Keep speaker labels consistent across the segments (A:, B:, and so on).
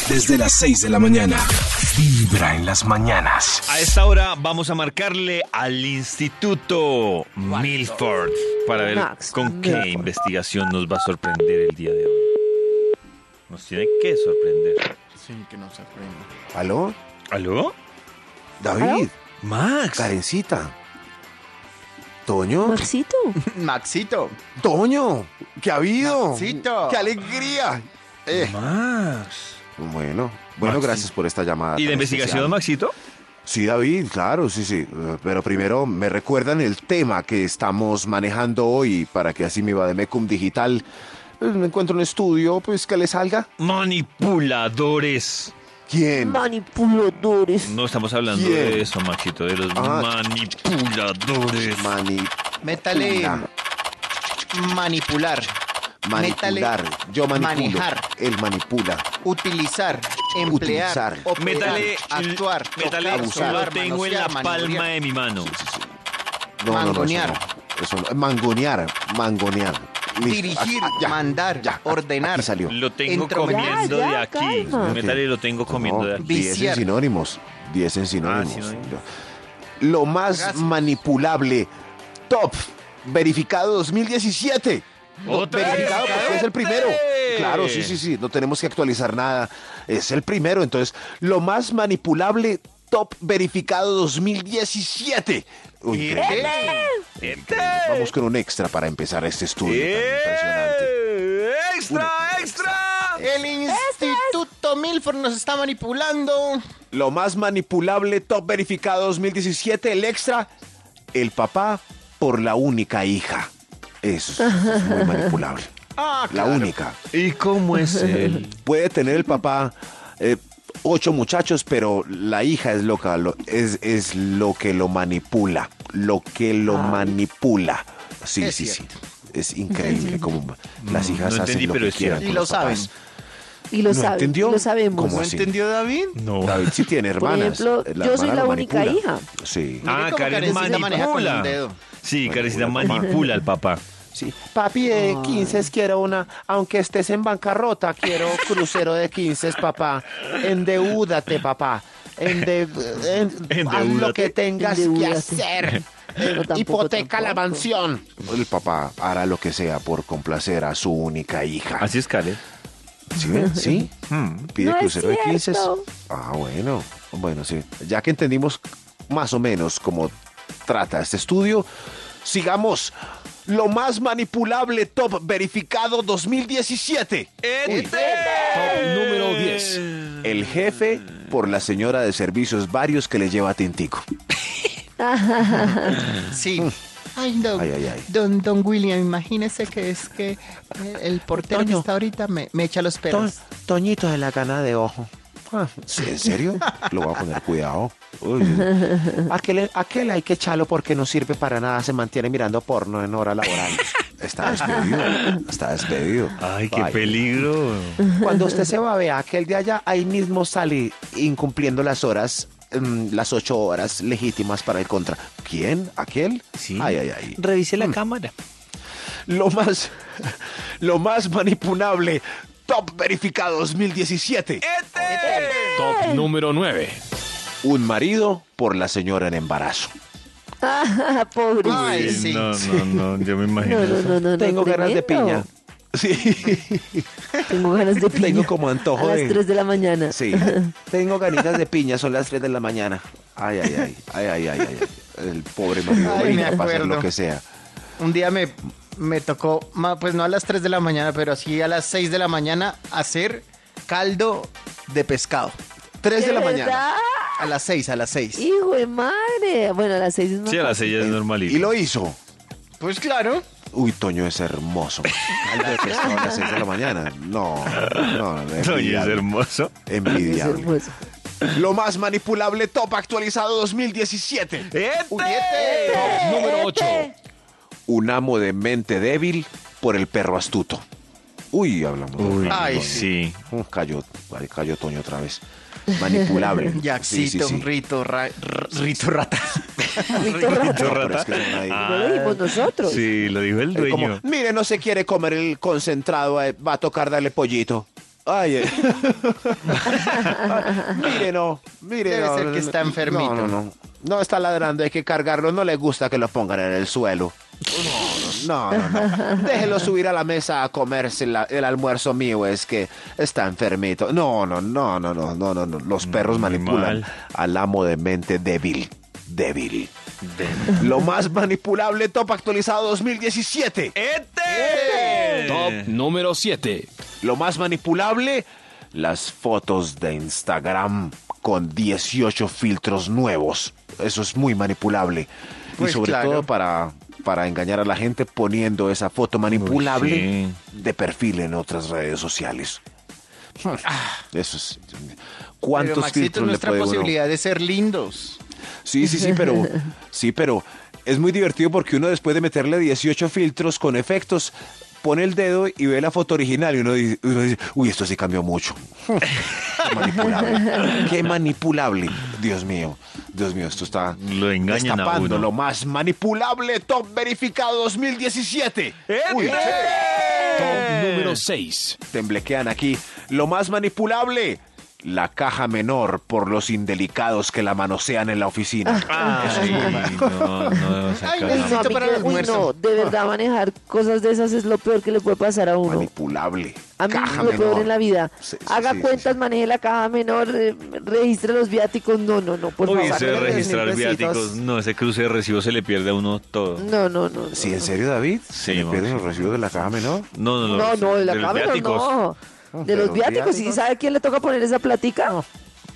A: antes de las 6 de la mañana. Vibra en las mañanas.
B: A esta hora vamos a marcarle al Instituto Milford para ver
C: Max
B: con qué
C: Milford.
B: investigación nos va a sorprender el día de hoy. Nos tiene que sorprender.
D: Sí, que no se aprenda.
E: ¿Aló?
B: ¿Aló?
E: David,
B: Max.
E: Karencita. Toño,
C: Maxito.
D: Maxito.
E: Toño, ¿qué ha habido?
D: Maxito.
E: ¡Qué alegría! Eh,
B: Max.
E: Bueno, bueno,
B: Maxi.
E: gracias por esta llamada.
B: ¿Y la
E: tan
B: investigación,
E: especial.
B: Maxito?
E: Sí, David, claro, sí, sí. Eh, Pero primero, ¿me recuerdan el tema que estamos manejando hoy para que así me va de Mecum Digital? eh, Me encuentro un estudio, pues que le salga.
B: Manipuladores.
E: ¿Quién?
C: Manipuladores.
B: No estamos hablando
E: ¿Quién?
B: de eso, Maxito, de los
E: Ah.
B: manipuladores.
E: Mani
D: Métale
E: Una.
D: manipular, Métale.
E: manipular. Yo manipulo.
D: Manejar.
E: Él manipula.
D: utilizar, emplear,
E: Utilizar.
D: operar,
B: Métale,
D: actuar,
B: métale,
D: tocar,
E: abusar.
B: lo
D: sobar,
B: tengo en la
D: manosear, manubrear.
B: palma de mi mano.
E: No, no, no, eso
D: Mangonear.
E: no, eso no. Mangonear. Mangonear. Listo.
D: Dirigir,
E: Ah, ya,
D: mandar,
E: ya,
D: ordenar.
E: Aquí salió.
B: Lo tengo
D: Entrometer-
B: comiendo
C: Ya,
B: de
C: ya,
B: aquí.
C: calma.
B: Métale, lo tengo comiendo
E: No,
B: de aquí. Ah,
E: diez en
D: Viciar.
E: sinónimos. 10 en sinónimos.
B: sinónimos.
E: Lo más
D: Gracias.
E: manipulable. Top. Verificado 2017.
B: ¡Otra vez! ¡Este!
E: Verificado
B: pues,
E: porque es el primero.
B: ¡Cadete!
E: Claro, sí, sí, sí. No tenemos que actualizar nada. Es el primero. Entonces, lo más manipulable. Top verificado 2017. Uy, increíble.
B: ¡Gente!
E: Vamos con un extra para empezar este estudio tan impresionante.
B: ¡Eh! ¡Extra,
E: Una-
B: extra!
D: El Este
E: Este
D: Instituto Milford nos está manipulando.
E: Lo más manipulable top verificado 2017, el extra, el papá por la única hija. Eso es muy manipulable.
D: Ah,
E: La
D: claro.
E: única.
B: ¿Y cómo es él?
E: Puede tener el papá eh, ocho muchachos, pero la hija es loca, lo- es, es lo que lo manipula, lo que lo
C: Ah.
E: manipula. Sí,
D: Es
E: sí, sí. Es increíble cómo las
B: No,
E: hijas
B: no
E: hacen
B: entendí,
E: lo
B: pero
E: que
B: es
E: quieran
B: cierto.
D: Y
E: con
D: lo
E: los papás.
D: saben.
C: Y lo
E: ¿No
C: sabe,
E: entendió?
C: lo sabemos.
E: ¿Cómo así?
D: ¿Entendió David?
B: No. Ah,
E: David sí tiene
C: Por
E: hermanas.
C: ejemplo, yo soy
E: hermana
C: la
E: lo
C: única
E: manipula.
C: hija.
E: Sí.
B: Ah,
D: cómo
B: Karen
D: Karencita maneja con
B: manipula.
D: un dedo.
B: Sí, Karencita
E: Manipula, papá.
B: manipula al papá.
E: Sí. Papi de 15 quiero una, aunque estés en bancarrota, quiero crucero de 15, papá. Endeúdate, papá. Ende- en- haz lo
B: Endeúdate.
E: que tengas que
C: Endeúdate.
E: hacer.
C: Pero tampoco,
E: Hipoteca la
C: tampoco.
E: mansión. El papá hará lo que sea por complacer a su única hija.
B: Así es, Karen.
E: ¿Sí? ven? ¿Sí? Pide
C: Mm. No es
E: crucero de 15.
C: cierto.
E: Ah, bueno. Bueno, sí. Ya que entendimos más o menos cómo trata este estudio, sigamos. Lo más manipulable top verificado 2017.
A: Top número 10.
E: ¡Este! El jefe por la señora de servicios varios que le lleva a Tintico.
D: Sí. Ay, don,
E: Mm. Ay, ay, ay.
D: don, don William, imagínese que es que eh, el portero que
E: Toño.
D: está ahorita me, me echa los perros.
E: Toñito de la cana de ojo. ¿En serio? Lo voy a poner cuidado. aquel, aquel hay que echarlo porque no sirve para nada. Se mantiene mirando porno en hora laboral. Está despedido. Está despedido.
B: Ay, qué
E: Ay.
B: peligro.
E: Cuando usted se va a ver a aquel de allá, ahí mismo sale incumpliendo las horas, mm, las ocho horas legítimas para el contra. ¿Quién? ¿Aquel?
B: Sí.
E: Ay, ay, ay. Mm.
B: Revise la cámara.
E: Lo más, lo más manipulable. Top verificado 2017.
A: Top número 9.
E: Un marido por la señora en embarazo.
C: Ah, pobre.
D: Ay, sí.
B: No, no, no, yo me imagino.
C: no, no,
B: eso.
C: no, no, no,
E: Tengo ganas de piña.
C: tremendo.
E: Sí.
C: Tengo ganas de piña.
E: Tengo como antojo
C: A las
E: de-
C: 3 de la mañana.
E: Sí. Tengo ganitas de piña, son las 3 de la mañana. Ay, ay, ay. Ay, ay, ay, ay. El pobre marido.
D: Ay,
E: bueno,
D: me
E: va a pasar
D: acuerdo.
E: Lo que sea.
D: Un día me, me tocó, ma- pues no a las 3 de la mañana, pero sí a las 6 de la mañana, hacer caldo de pescado. 3 de la mañana.
C: ¿Verdad?
D: A las 6, a las 6.
C: Hijo de madre. Bueno, a las 6 es más
B: Sí, a las
C: fácil.
B: ella es normalito.
E: Y lo hizo.
D: Pues claro.
E: Uy, Toño es hermoso. Algo de pescado a las 6 de la mañana. No, no, no.
B: No, y es hermoso.
C: Es
E: Envidiable.
C: hermoso.
E: Lo más manipulable top actualizado 2017.
B: este.
D: ¡Eh!
A: Top número 8.
E: este.
C: Eh,
E: Un amo de mente débil por el perro astuto. Uy, hablamos. de-
B: Uy,
D: Ay,
B: sí.
E: Uh, cayó, ay, cayó Toño otra vez. Manipulable. Sí, sí,
D: Jaxito,
E: sí.
D: Rito, ra- r- Rito Rata.
C: Rito Rata.
E: No, pero es que son ahí.
C: No lo dijimos nosotros.
B: Sí, lo dijo el
E: Como,
B: dueño.
E: Mire, no se quiere comer el concentrado, eh, va a tocar darle pollito. Ay, eh. mire, no, mire.
D: Debe
E: no,
D: ser que está enfermito.
E: No, no, no. No está ladrando, hay que cargarlo. No le gusta que lo pongan en el suelo. No, no, no. no. Déjelo subir a la mesa a comerse la- el almuerzo mío, es que está enfermito. No, no, no, no, no, no, no. no. Los perros
B: Mm, Muy
E: manipulan
B: mal.
E: al amo de mente débil, débil. Lo más manipulable, Top Actualizado 2017.
B: ¡Ete!
A: Top número 7.
E: Lo más manipulable, las fotos de Instagram con 18 filtros nuevos. Eso es muy manipulable.
D: Pues
E: y sobre
D: claro.
E: todo para, para engañar a la gente poniendo esa foto manipulable
B: Uy,
E: de perfil en otras redes sociales. Eso es.
D: Pero
E: ¿Cuántos
D: Ah. Maxito,
E: filtros le
D: nuestra
E: puede uno-
D: posibilidad de ser lindos.
E: Sí, sí, sí, pero sí, pero es muy divertido porque uno después de meterle 18 filtros con efectos pone el dedo y ve la foto original y uno dice, uno dice, uy, esto sí cambió mucho. Qué manipulable. Qué manipulable. Dios mío. Dios mío, esto está
B: Lo engañan a
E: destapando
B: uno.
E: lo más manipulable top verificado 2017. Uy,
B: ¡Ete!
A: Top número 6.
E: temblequean aquí. Lo más manipulable, la caja menor por los indelicados que la manosean en la oficina.
B: Ay, no, no, esa
D: Ay,
B: cara.
C: Uy, no, a
D: Necesito
C: mí
D: para
C: que-
D: el
C: uy,
D: almuerzo.
C: no, de verdad manejar cosas de esas es lo peor que le puede pasar a uno.
E: manipulable.
C: A mí
E: caja
C: lo
E: menor.
C: peor en la vida.
E: Sí, sí,
C: Haga
E: sí, sí,
C: cuentas,
E: sí.
C: maneje la caja menor, eh, registre los viáticos. No, no, no, por
B: Uy,
C: favor.
B: ese
D: de
B: registrar
D: mil pesitos.
B: viáticos, no, ese cruce de recibo se le pierde a uno todo.
C: No, no, no. no,
E: Sí,
C: no.
E: ¿en serio, David? ¿Se
B: Sí,
E: le pierden
B: Maxi.
E: los recibos de la caja menor?
B: No, no,
C: No, no, de la
B: de los
C: caja menor
B: viáticos.
C: no. De
E: ¿De
C: los
E: los
C: viáticos, ¿y
E: viáticos?
C: sabe a quién le toca poner esa platica?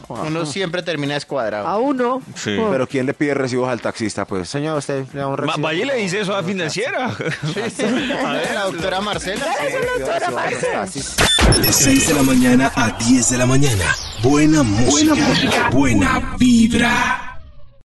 D: Uno siempre termina escuadrado.
C: A uno.
B: Sí.
C: Oh.
E: Pero ¿quién le pide recibos al taxista? Pues, señor, usted le da un
B: Ma-
E: recibo.
B: Vaya y le dice eso a financiera.
D: A ver, la doctora Marcela.
C: Eso no
E: Recibo
C: suena
E: al
C: mal.
E: taxista.
A: De 6 de la mañana a 10 de la mañana. Buena música. Buena vibra.